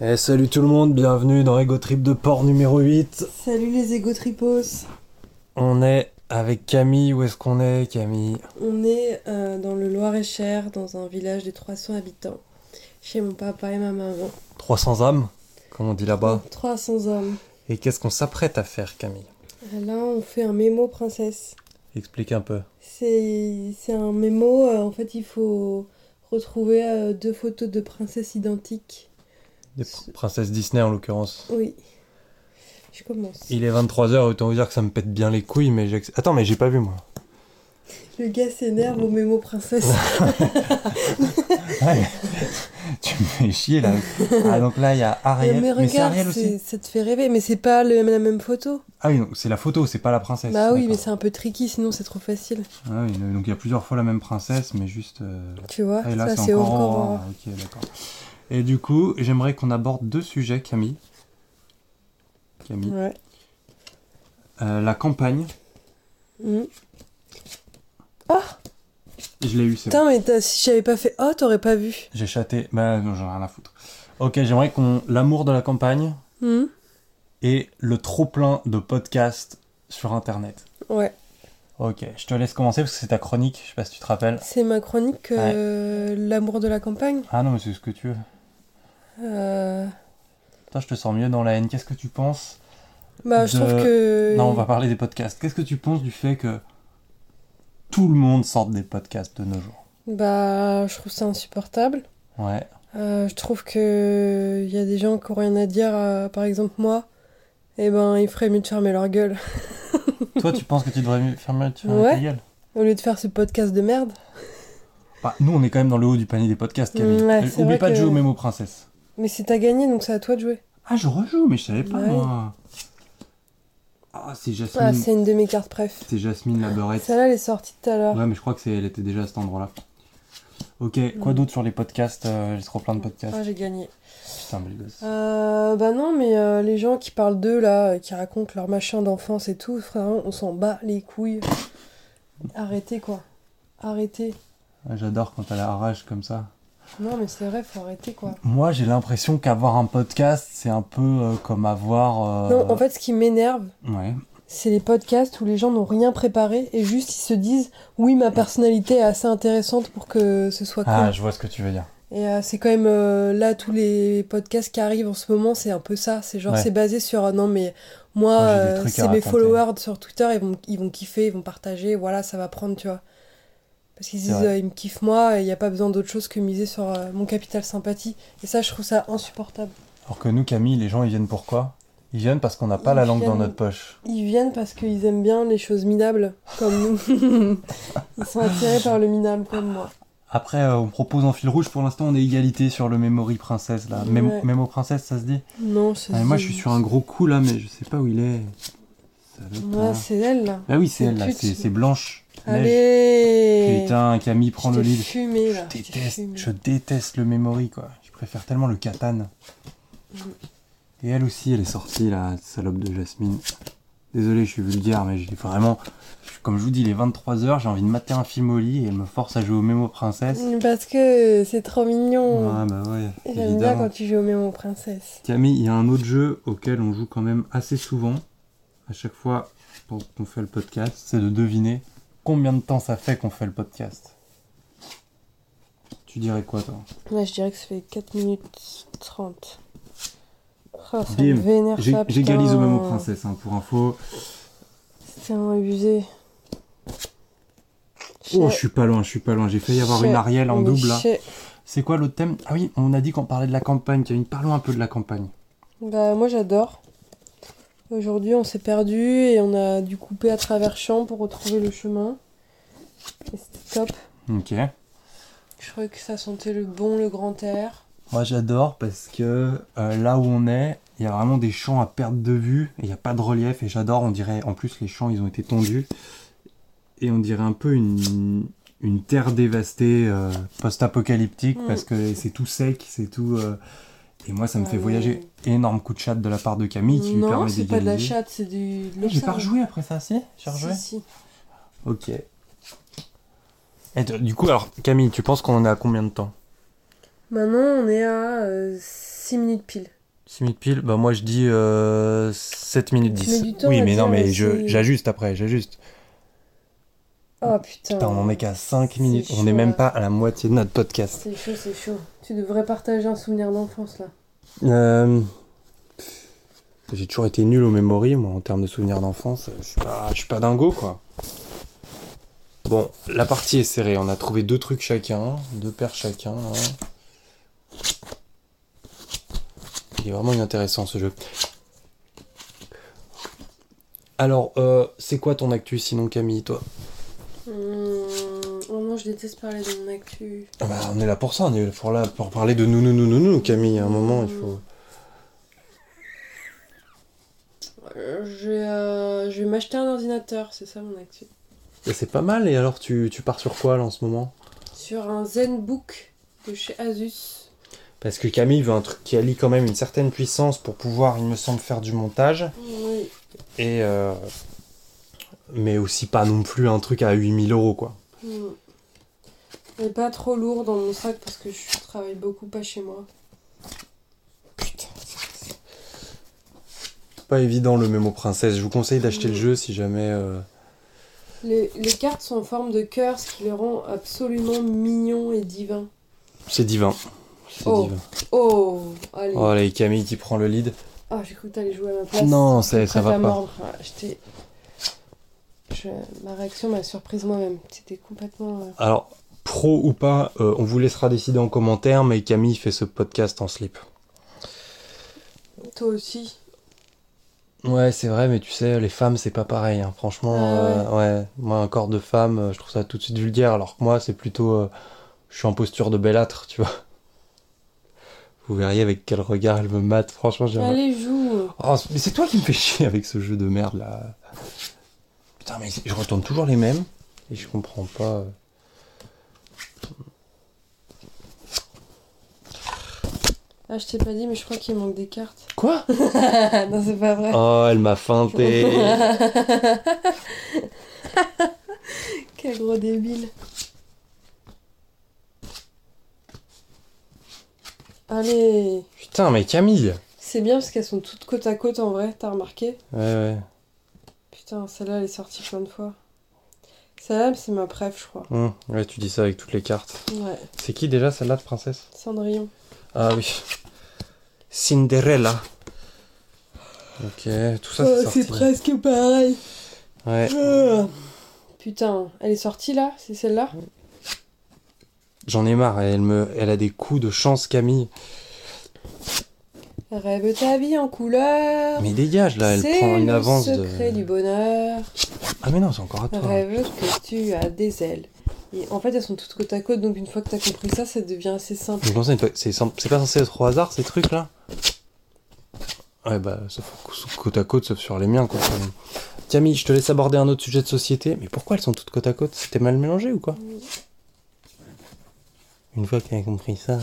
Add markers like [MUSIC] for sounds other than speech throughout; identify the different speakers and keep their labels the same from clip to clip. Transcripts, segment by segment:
Speaker 1: Eh, salut tout le monde, bienvenue dans Ego Trip de port numéro 8.
Speaker 2: Salut les égotripos
Speaker 1: On est avec Camille, où est-ce qu'on est Camille
Speaker 2: On est euh, dans le Loir-et-Cher, dans un village de 300 habitants, chez mon papa et ma maman.
Speaker 1: 300 âmes, comme on dit là-bas.
Speaker 2: 300 hommes.
Speaker 1: Et qu'est-ce qu'on s'apprête à faire Camille
Speaker 2: Là, on fait un mémo princesse.
Speaker 1: Explique un peu.
Speaker 2: C'est c'est un mémo, euh, en fait, il faut retrouver euh, deux photos de princesses identiques.
Speaker 1: Des pr- princesses Disney en l'occurrence.
Speaker 2: Oui. Je commence.
Speaker 1: Il est 23h, autant vous dire que ça me pète bien les couilles, mais j'ac- Attends, mais j'ai pas vu moi.
Speaker 2: Le gars s'énerve au mémo princesse.
Speaker 3: Ouais. [LAUGHS] tu me fais chier là. Ah donc là il y a
Speaker 2: mais,
Speaker 3: Ariel. Mais, c'est
Speaker 2: regarde,
Speaker 3: Ariel
Speaker 2: c'est-
Speaker 3: aussi.
Speaker 2: ça te fait rêver, mais c'est pas le- la même photo.
Speaker 3: Ah oui donc c'est la photo, c'est pas la princesse.
Speaker 2: Bah oui, mais
Speaker 3: d'accord.
Speaker 2: c'est un peu tricky, sinon c'est trop facile.
Speaker 3: Ah oui, donc il y a plusieurs fois la même princesse, mais juste. euh,
Speaker 2: Tu vois,
Speaker 3: Ah, et là
Speaker 2: ça
Speaker 3: c'est
Speaker 2: c'est
Speaker 3: encore.
Speaker 2: encore... euh,
Speaker 3: Ah, ok d'accord. Et du coup j'aimerais qu'on aborde deux sujets Camille. Camille.
Speaker 2: Ouais.
Speaker 3: Euh, la campagne.
Speaker 2: Mm.
Speaker 3: Je l'ai eu c'est bon.
Speaker 2: Ah, Putain, mais t'as- si j'avais pas fait oh, t'aurais pas vu.
Speaker 3: J'ai chaté. Bah non j'en ai rien à foutre. Ok j'aimerais qu'on l'amour de la campagne
Speaker 2: Hmm
Speaker 3: et le trop plein de podcasts sur internet.
Speaker 2: ouais,
Speaker 3: Ok, je te laisse commencer parce que c'est ta chronique, je sais pas si tu te rappelles.
Speaker 2: c'est ma chronique euh, L'amour de la campagne.
Speaker 3: Ah non, mais c'est ce que tu veux.
Speaker 2: Euh,
Speaker 3: Toi, je te sens mieux dans la haine. Qu'est-ce que tu penses
Speaker 2: Bah, je
Speaker 3: De-
Speaker 2: trouve que.
Speaker 3: Non, on va parler des podcasts. Qu'est-ce que tu penses du fait que tout le monde sorte des podcasts de nos jours
Speaker 2: Bah, je trouve ça insupportable.
Speaker 3: Ouais.
Speaker 2: Euh, je trouve que. Il y a des gens qui ont rien à dire, euh, par exemple moi. Eh ben, ils feraient mieux de fermer leur gueule. [LAUGHS]
Speaker 3: Toi, tu penses que tu devrais mieux fermer tu fermes
Speaker 2: Ouais.
Speaker 3: ta gueule
Speaker 2: Au lieu de faire ce podcast de merde.
Speaker 3: Bah, Nous, on est quand même dans le haut du panier des podcasts, Camille.
Speaker 2: Mm, ouais,
Speaker 3: Et
Speaker 2: c'est vrai
Speaker 3: Oublie pas de
Speaker 2: que-
Speaker 3: jouer au Mémo Princesse.
Speaker 2: Mais c'est à gagner, donc c'est à toi de jouer.
Speaker 3: Ah, je rejoue, mais je savais pas,
Speaker 2: Ouais.
Speaker 3: moi. Ah, c'est Jasmine.
Speaker 2: Ah, c'est une de mes cartes, bref.
Speaker 3: c'est Jasmine la beurette.
Speaker 2: Celle-là, elle est sortie tout à l'heure.
Speaker 3: Ouais, mais je crois que c'est elle était déjà à cet endroit-là. Ok,
Speaker 2: Mm.
Speaker 3: quoi d'autre sur les podcasts euh, J'ai trop plein de podcasts.
Speaker 2: Ah, j'ai gagné.
Speaker 3: Putain, mais les gosses.
Speaker 2: Euh, bah non, mais euh, les gens qui parlent d'eux, là, euh, qui racontent leur machin d'enfance et tout, frère, on s'en bat les couilles. Arrêtez, quoi. Arrêtez.
Speaker 3: Ah, J'adore quand elle la rage comme ça.
Speaker 2: Non, mais c'est vrai, faut arrêter, quoi.
Speaker 3: Moi, j'ai l'impression qu'avoir un podcast, c'est un peu euh, comme avoir. euh,
Speaker 2: Non, en fait, euh, ce qui m'énerve,
Speaker 3: Ouais.
Speaker 2: c'est les podcasts où les gens n'ont rien préparé et juste ils se disent « Oui, ma personnalité est assez intéressante pour que ce soit cool.
Speaker 3: Ah, je vois ce que tu veux dire.
Speaker 2: Et euh, c'est quand même euh, là tous les podcasts qui arrivent en ce moment, c'est un peu ça. C'est genre
Speaker 3: Ouais.
Speaker 2: c'est basé sur ah non mais moi
Speaker 3: Moi, j'ai des
Speaker 2: euh,
Speaker 3: trucs à
Speaker 2: c'est mes
Speaker 3: raconter.
Speaker 2: followers sur Twitter, ils vont ils vont kiffer, ils vont partager, voilà ça va prendre tu vois. Parce qu'ils se disent
Speaker 3: vrai.
Speaker 2: euh, ils me kiffent moi et il n'y a pas besoin d'autre chose que miser sur euh, mon capital sympathie. Et ça je trouve ça insupportable.
Speaker 3: Alors que nous, Camille, les gens, ils viennent pourquoi Ils viennent parce qu'on n'a pas
Speaker 2: Ils
Speaker 3: la langue dans
Speaker 2: viennent-
Speaker 3: notre poche.
Speaker 2: Ils viennent parce qu'ils aiment bien les choses minables comme
Speaker 3: [LAUGHS]
Speaker 2: nous. ils sont attirés par le minable comme moi.
Speaker 3: Après, euh, on propose en fil rouge. Pour l'instant, on est égalité sur le Memory Princesse, là. Mémo-
Speaker 2: Ouais.
Speaker 3: Mémo Princesse, ça se dit
Speaker 2: Non, c'est
Speaker 3: Ah, mais Moi, je suis sur un gros coup, là, mais je sais pas où il est.
Speaker 2: Ouais,
Speaker 3: Salopard.
Speaker 2: c'est elle là.
Speaker 3: ah oui, c'est elle, là.
Speaker 2: pute.
Speaker 3: C'est c'est Blanche. Neige.
Speaker 2: Allez
Speaker 3: Putain, Camille, prends
Speaker 2: Je
Speaker 3: le
Speaker 2: t'ai
Speaker 3: lead.
Speaker 2: fumé,
Speaker 3: Je
Speaker 2: là. Je t'ai
Speaker 3: déteste,
Speaker 2: fumé.
Speaker 3: je déteste le memory quoi. Je préfère tellement le katane.
Speaker 2: Mm.
Speaker 3: Et elle aussi, elle est sortie la salope de Jasmine. Désolé, je suis vulgaire, mais j'ai vraiment. Comme je vous dis, il est 23h, j'ai envie de mater un film au lit et elle me force à jouer au mémo princesse.
Speaker 2: Parce que c'est trop mignon.
Speaker 3: Ouais, bah ouais,
Speaker 2: Mm. J'aime bien
Speaker 3: évidemment.
Speaker 2: quand tu joues au Mémo Princesse.
Speaker 3: Camille, il y a un autre jeu auquel on joue quand même assez souvent, à chaque fois qu'on qu'on fait le podcast, c'est de deviner combien de temps ça fait qu'on fait le podcast. Tu dirais quoi, toi
Speaker 2: Là, je dirais que ça fait 4 minutes 30. Oh, ça
Speaker 3: Bim.
Speaker 2: me vénère
Speaker 3: J'ai-
Speaker 2: ça,
Speaker 3: J'égalise
Speaker 2: putain.
Speaker 3: au même aux princesses, hein, pour info.
Speaker 2: C'est tellement abusé.
Speaker 3: Oh, je suis pas loin, je suis pas loin. J'ai failli avoir
Speaker 2: Chez-
Speaker 3: une Ariel en
Speaker 2: Mais
Speaker 3: double. là.
Speaker 2: chez-
Speaker 3: C'est quoi l'autre thème Ah oui, on a dit qu'on parlait de la campagne, Camille. Parlons un peu de la campagne.
Speaker 2: Bah, moi, j'adore. Aujourd'hui, on s'est perdu et on a dû couper à travers champs pour retrouver le chemin. Et c'était top.
Speaker 3: Ok.
Speaker 2: Je trouvais que ça sentait le bon, le grand air.
Speaker 3: Moi j'adore parce que euh, là où on est, il y a vraiment des champs à perte de vue. et Il n'y a pas de relief et j'adore. On dirait, en plus, les champs ils ont été tondus. Et on dirait un peu une, une terre dévastée euh, post-apocalyptique
Speaker 2: Mm.
Speaker 3: parce que c'est tout sec, c'est tout. euh, Et moi ça me
Speaker 2: Ah
Speaker 3: fait
Speaker 2: oui.
Speaker 3: voyager. Énorme coup de chatte de la part de Camille qui lui
Speaker 2: non,
Speaker 3: permet
Speaker 2: c'est pas de la
Speaker 3: d'égaliser.
Speaker 2: chatte, c'est du. de
Speaker 3: Ah, J'ai pas
Speaker 2: l'observe.
Speaker 3: rejoué après ça, si J'ai rejoué
Speaker 2: Si, si.
Speaker 3: Ok. du coup, alors, Camille, tu penses qu'on en est à combien de temps
Speaker 2: Maintenant, on est à 6 6 minutes pile.
Speaker 1: 6 minutes pile, bah moi je dis euh, 7 minutes
Speaker 2: Tu
Speaker 1: 10.
Speaker 2: mets du temps
Speaker 3: oui,
Speaker 2: à
Speaker 3: mais non,
Speaker 2: dire,
Speaker 3: mais
Speaker 2: c'est-
Speaker 3: je- j'ajuste après, j'ajuste.
Speaker 2: Oh putain.
Speaker 3: Putain, on en est qu'à 5
Speaker 2: c'est
Speaker 3: minutes. On n'est
Speaker 2: chaud,
Speaker 3: même
Speaker 2: là.
Speaker 3: pas à la moitié de notre podcast.
Speaker 2: C'est chaud, c'est chaud. Tu devrais partager un souvenir d'enfance là.
Speaker 3: Euh, J'ai toujours été nul au memory, moi, en termes de souvenirs d'enfance. Je suis pas, je suis pas dingo, quoi. Bon, la partie est serrée. On a trouvé deux trucs chacun, deux paires chacun. hein. Il est vraiment intéressant ce jeu. Alors, euh, c'est quoi ton actu sinon, Camille, toi
Speaker 2: Hum, Oh non, je déteste parler de mon actu.
Speaker 3: Ah bah, on est là pour ça, on est là pour, là pour parler de nous, nous, nous, nous, nous, Camille. À un moment, il faut.
Speaker 2: Euh, Je vais, euh, je vais m'acheter un ordinateur, c'est ça mon actu.
Speaker 3: Et C'est pas mal, et alors tu, tu pars sur quoi là en ce moment
Speaker 2: Sur un ZenBook de chez Asus.
Speaker 3: Parce que Camille veut un truc qui allie quand même une certaine puissance pour pouvoir, il me semble, faire du montage,
Speaker 2: Oui.
Speaker 3: et. euh, Mais aussi pas non plus un truc à 8000 euros quoi.
Speaker 2: Hum. Et pas trop lourd dans mon sac parce que je travaille beaucoup pas chez moi.
Speaker 3: Putain. C'est Pas évident le mémo princesse. Je vous conseille d'acheter
Speaker 2: Mm.
Speaker 3: le jeu si jamais. euh,
Speaker 2: Les, les cartes sont en forme de cœur, ce qui les rend absolument mignons et divins.
Speaker 3: C'est divin. C'est
Speaker 2: Oh.
Speaker 3: divin.
Speaker 2: Oh, allez.
Speaker 3: Oh là, et Camille qui prend le lead.
Speaker 2: Ah, j'ai cru que t'allais jouer à ma place.
Speaker 3: non, ça,
Speaker 2: Prête
Speaker 3: ça
Speaker 2: à
Speaker 3: va pas.
Speaker 2: mordre. Ah, j'étais- je- Ma réaction m'a surprise moi-même. C'était complètement. euh,
Speaker 3: Alors, pro ou pas, euh, on vous laissera décider en commentaire, mais Camille fait ce podcast en slip.
Speaker 2: Toi aussi.
Speaker 3: Ouais, c'est vrai, mais tu sais, les femmes, c'est pas pareil. hein. Franchement,
Speaker 2: Ah
Speaker 3: euh, ouais, moi, un corps de femme, euh, je trouve ça tout de suite vulgaire, alors que moi, c'est plutôt. euh, je suis en posture de belâtre, tu vois. Vous verriez avec quel regard elle me mate, franchement, j'ai.
Speaker 2: Allez, joue.
Speaker 3: Oh, mais c'est toi qui me fais chier avec ce jeu de merde là. Putain, mais je retourne toujours les mêmes et je comprends pas. euh.
Speaker 2: Ah, je t'ai pas dit, mais je crois qu'il manque des cartes. Ah,
Speaker 3: Quoi
Speaker 2: non, c'est pas vrai.
Speaker 3: Oh, elle m'a [LAUGHS] feinté.
Speaker 2: Quel gros débile. Allez.
Speaker 3: Putain, mais Camille
Speaker 2: C'est bien parce qu'elles sont toutes côte à côte en vrai, t'as remarqué
Speaker 3: Ouais, ouais.
Speaker 2: Putain, celle-là, elle est sortie plein de fois. Celle-là, c'est ma préf, je crois.
Speaker 3: Hum, ouais, tu dis ça avec toutes les cartes.
Speaker 2: Ouais,
Speaker 3: C'est qui déjà celle-là de princesse
Speaker 2: Cendrillon.
Speaker 3: Ah oui. Cinderella. Ok, tout ça
Speaker 2: Oh,
Speaker 3: c'est sorti.
Speaker 2: c'est presque pareil.
Speaker 3: Ouais.
Speaker 2: Ah. Putain, elle est sortie là C'est celle-là
Speaker 3: J'en ai marre, elle, me... elle a des coups de chance Camille.
Speaker 2: Rêve ta vie en couleur.
Speaker 3: Mais dégage là, elle
Speaker 2: C'est
Speaker 3: prend une
Speaker 2: le
Speaker 3: avance
Speaker 2: secret
Speaker 3: de...
Speaker 2: du bonheur.
Speaker 3: Ah mais non, c'est encore à toi.
Speaker 2: Rêve que tu as des ailes. Et en fait, elles sont toutes côte à côte, donc une fois que t'as compris ça, ça devient assez simple.
Speaker 3: Je me conseille, toi, c'est sans- c'est pas censé être au hasard ces trucs là Ouais bah sauf sauf côte à côte sauf sur les miens quoi. quand même. Camille, je te laisse aborder un autre sujet de société, mais pourquoi elles sont toutes côte à côte C'était mal mélangé ou quoi Une fois qu'elle a compris ça.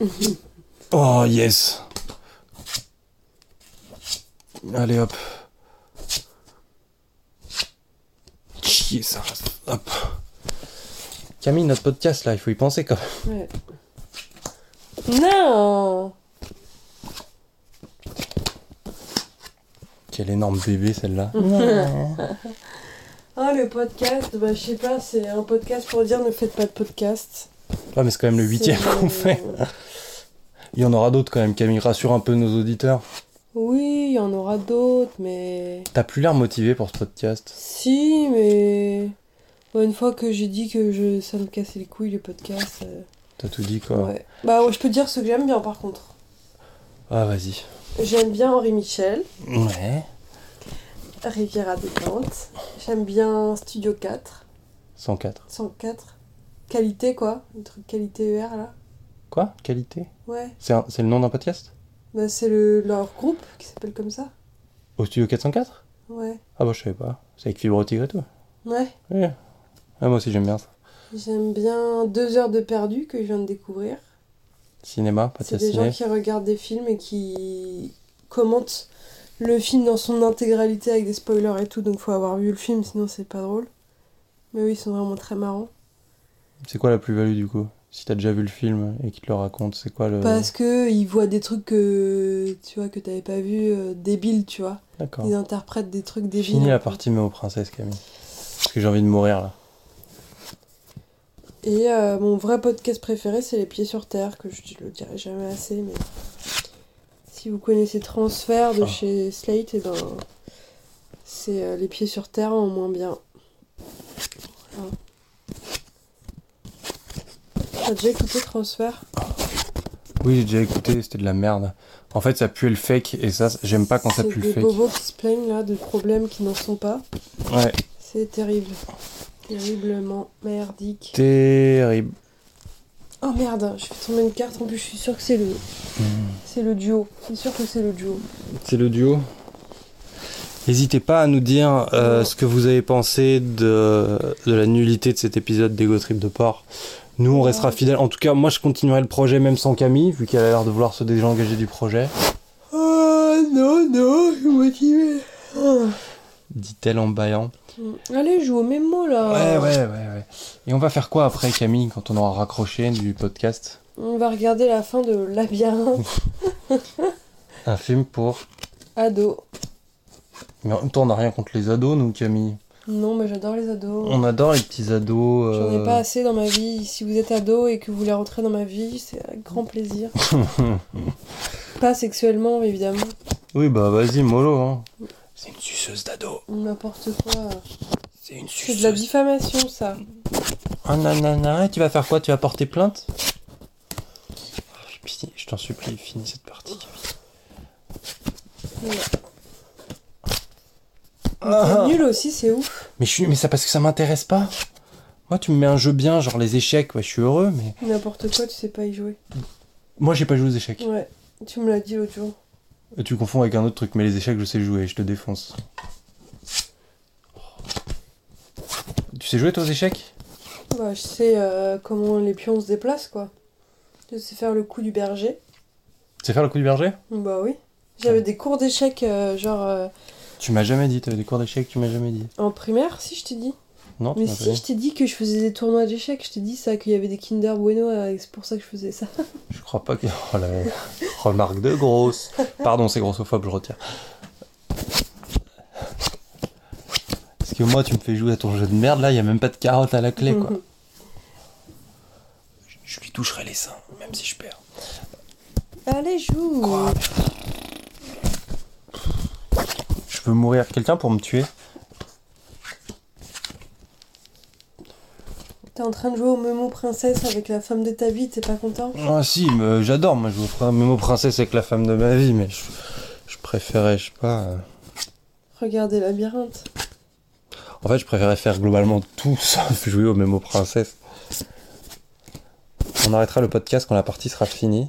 Speaker 3: euh. oh yes Allez hop Chier ça Hop Camille, notre podcast là, il faut y penser quand même.
Speaker 2: Ouais. Non
Speaker 3: Quel énorme bébé celle-là.
Speaker 2: Ah, le podcast, bah je sais pas, c'est un podcast pour dire ne faites pas de podcast.
Speaker 3: Ouais, mais c'est quand même le huitième
Speaker 2: C'est-
Speaker 3: qu'on fait. Il y en aura d'autres quand même, Camille. Rassure un peu nos auditeurs.
Speaker 2: Oui, il y en aura d'autres, mais.
Speaker 3: T'as plus l'air motivé pour ce podcast.
Speaker 2: Si, mais. Ouais, une fois que j'ai dit que je... ça me cassait les couilles, le podcast. euh,
Speaker 3: T'as tout dit quoi.
Speaker 2: Ouais. Bah, ouais, je peux dire ce que j'aime bien par contre.
Speaker 3: Ah, vas-y.
Speaker 2: J'aime bien Henri Michel,
Speaker 3: Ouais.
Speaker 2: Riviera des Plantes. J'aime bien Studio 4,
Speaker 3: 104.
Speaker 2: 104. Qualité quoi, le truc qualité ER là.
Speaker 3: Quoi Qualité
Speaker 2: Ouais,
Speaker 3: C'est un- c'est le nom d'un podcast
Speaker 2: bah c'est le... leur groupe qui s'appelle comme ça.
Speaker 3: Au studio 404
Speaker 2: Ouais,
Speaker 3: Ah, bah, je savais pas. C'est avec Fibre au Tigre et tout.
Speaker 2: ouais.
Speaker 3: Ouais. Ah, moi aussi, j'aime bien ça.
Speaker 2: J'aime bien Deux heures de perdu que je viens de découvrir.
Speaker 3: Cinéma,
Speaker 2: C'est
Speaker 3: podcast
Speaker 2: des gens
Speaker 3: ciné.
Speaker 2: qui regardent des films et qui commentent le film dans son intégralité avec des spoilers et tout, donc faut avoir vu le film, sinon c'est pas drôle. Mais oui, ils sont vraiment très marrants.
Speaker 3: C'est quoi la plus-value du coup Si t'as déjà vu le film et qu'il te le raconte, c'est quoi le.
Speaker 2: Parce que ils voient des trucs que tu vois que t'avais pas vu euh, débiles, tu vois.
Speaker 3: D'accord.
Speaker 2: Ils interprètent des trucs débiles.
Speaker 3: Fini la
Speaker 2: un peu.
Speaker 3: partie Méo Princesse, Camille. Parce que j'ai envie de mourir là.
Speaker 2: Et euh, mon vrai podcast préféré, c'est Les Pieds sur Terre, que je ne le dirai jamais assez, mais si vous connaissez Transfert de
Speaker 3: Ah.
Speaker 2: chez Slate, et ben c'est euh, Les Pieds sur Terre en moins bien. Voilà. T'as déjà écouté Transfert
Speaker 3: Oui, j'ai déjà écouté, c'était de la merde. En fait, ça puait le fake et ça, c- j'aime pas quand ça
Speaker 2: C'est
Speaker 3: pue le
Speaker 2: des
Speaker 3: fake.
Speaker 2: bobos qui se plaignent là de problèmes qui n'en sont pas.
Speaker 3: Ouais,
Speaker 2: C'est terrible. Terriblement merdique.
Speaker 3: terrible.
Speaker 2: Oh merde, j'ai fait tomber une carte, en plus je suis sûre que c'est le...
Speaker 3: Hmm.
Speaker 2: C'est le duo. Je suis sûre que c'est le duo.
Speaker 3: C'est le duo. N'hésitez pas à nous dire euh, ce que vous avez pensé de, de la nullité de cet épisode d'Ego Trip de Port. Nous, on restera fidèles. En tout cas, moi, je continuerai le projet même sans Camille, vu qu'elle a l'air de vouloir se désengager du projet.
Speaker 2: Oh non, non, je suis motivée.
Speaker 3: Dit-elle en baillant.
Speaker 2: Hum, Allez, joue au même mot
Speaker 3: Ouais,
Speaker 2: là.
Speaker 3: ouais, ouais, ouais. Et on va faire quoi après, Camille, quand on aura raccroché du podcast
Speaker 2: On va regarder la fin de
Speaker 3: [LAUGHS]
Speaker 2: Labyrinthe
Speaker 3: Un film pour.
Speaker 2: ado.
Speaker 3: Mais en même temps, on n'a rien contre les ados, nous, Camille.
Speaker 2: Non, mais j'adore les ados.
Speaker 3: On adore les petits ados.
Speaker 2: J'en
Speaker 3: euh,
Speaker 2: ai pas assez dans ma vie. Si vous êtes ado et que vous voulez rentrer dans ma vie, c'est un
Speaker 3: [LAUGHS]
Speaker 2: grand plaisir. pas sexuellement, évidemment.
Speaker 3: Oui, bah vas-y, mollo. Hein. C'est une suceuse d'ado.
Speaker 2: N'importe quoi.
Speaker 3: C'est une
Speaker 2: C'est de la
Speaker 3: suceuse.
Speaker 2: diffamation, ça.
Speaker 3: Ah nanana, et tu vas faire quoi Tu vas porter plainte Oh, pitié, Je t'en supplie, finis cette partie.
Speaker 2: Ouais.
Speaker 3: Camille.
Speaker 2: C'est
Speaker 3: Ah,
Speaker 2: nul aussi, c'est ouf.
Speaker 3: mais, je suis... mais ça parce que ça m'intéresse pas. Moi, tu me mets un jeu bien, genre les échecs, ouais, je suis heureux, mais
Speaker 2: N'importe quoi, tu sais pas y jouer.
Speaker 3: moi, j'ai pas joué aux échecs.
Speaker 2: Ouais, tu me l'as dit l'autre jour.
Speaker 3: Et Tu confonds avec un autre truc, mais les échecs, je sais jouer, je te défonce. Tu sais jouer toi aux échecs
Speaker 2: Bah, je sais euh, comment les pions se déplacent, quoi. Je sais faire le coup du berger.
Speaker 3: Tu sais faire le coup du berger
Speaker 2: Bah oui. J'avais des cours d'échecs, euh, genre euh,
Speaker 3: Tu m'as jamais dit, t'avais des cours d'échecs, tu m'as jamais dit.
Speaker 2: en primaire, si je t'ai dit.
Speaker 3: Non, tu
Speaker 2: Mais
Speaker 3: m'as pas
Speaker 2: si,
Speaker 3: dit.
Speaker 2: je t'ai dit que je faisais des tournois d'échecs, je t'ai dit ça, qu'il y avait des Kinder Bueno, euh, et c'est pour ça que je faisais ça.
Speaker 3: Je crois pas que. Oh la remarque de grosse. Pardon, c'est grossophobe, je retire. Parce que moi, tu me fais jouer à ton jeu de merde là, y a même pas de carotte à la clé quoi.
Speaker 2: Mhm.
Speaker 3: Je lui toucherai les seins, même si je perds.
Speaker 2: [LAUGHS] Allez, joue
Speaker 3: Je veux mourir. Quelqu'un pour me tuer
Speaker 2: T'es en train de jouer au Momo Princesse avec la femme de ta vie, t'es pas content
Speaker 3: Ah si, mais j'adore, moi je vous ferai un mémo princesse avec la femme de ma vie, mais je, je préférais, je sais pas. euh,
Speaker 2: Regardez Labyrinthe.
Speaker 3: En fait, je préférais faire globalement tout [LAUGHS] sauf jouer au mémo princesse. On arrêtera le podcast quand la partie sera finie.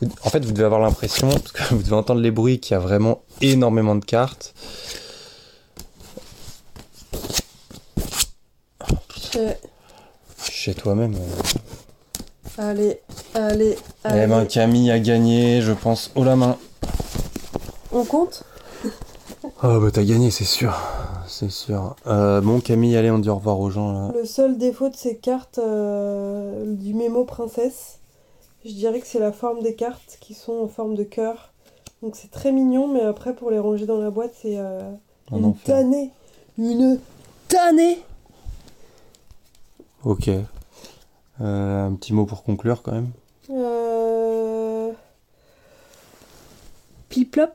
Speaker 3: Vous- En fait, vous devez avoir l'impression, parce que [LAUGHS] vous devez entendre les bruits, qu'il y a vraiment énormément de cartes.
Speaker 2: Euh,
Speaker 3: Chez toi-même. euh.
Speaker 2: Allez, allez, allez.
Speaker 3: Eh ben, Camille a gagné, je pense, haut la main.
Speaker 2: On compte
Speaker 3: Ah bah t'as gagné, c'est sûr. C'est sûr. Euh, bon, Camille, allez, on dit au revoir aux gens euh, là.
Speaker 2: Le seul défaut de ces cartes euh, du mémo princesse, je dirais que c'est la forme des cartes qui sont en forme de cœur. Donc c'est très mignon, mais après pour les ranger dans la boîte, c'est euh,
Speaker 3: Un
Speaker 2: une
Speaker 3: enfer.
Speaker 2: tannée. Une tannée
Speaker 3: Ok. Euh, un petit mot pour conclure quand même.
Speaker 2: euh... Piplop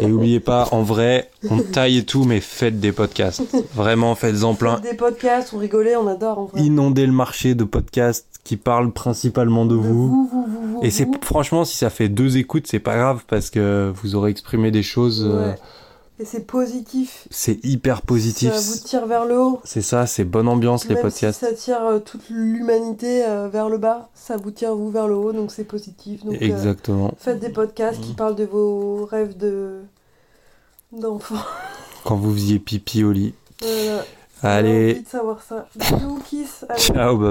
Speaker 3: Et n'oubliez pas, en vrai, on taille et tout, mais faites des podcasts. Vraiment, faites-en plein.
Speaker 2: Des podcasts, on rigolait, on adore en vrai.
Speaker 3: Inondez le marché de podcasts qui parlent principalement de
Speaker 2: De
Speaker 3: vous.
Speaker 2: vous, vous, vous, vous,
Speaker 3: Et c'est
Speaker 2: vous.
Speaker 3: franchement, si ça fait deux écoutes, c'est pas grave parce que vous aurez exprimé des choses. euh,
Speaker 2: Ouais. Et c'est positif.
Speaker 3: C'est hyper positif.
Speaker 2: Ça vous tire vers le haut.
Speaker 3: C'est ça, c'est bonne ambiance les
Speaker 2: Même
Speaker 3: podcasts.
Speaker 2: Si ça tire euh, toute l'humanité euh, vers le bas, ça vous tire vous vers le haut, donc c'est positif. Donc, euh,
Speaker 3: Exactement.
Speaker 2: faites des podcasts
Speaker 3: Mm.
Speaker 2: qui parlent de vos rêves de d'enfant.
Speaker 3: Quand vous faisiez pipi au lit.
Speaker 2: [LAUGHS] Voilà. J'ai
Speaker 3: Allez,
Speaker 2: envie de savoir ça. Bisous, kiss. Allez.
Speaker 3: ciao, bye bye.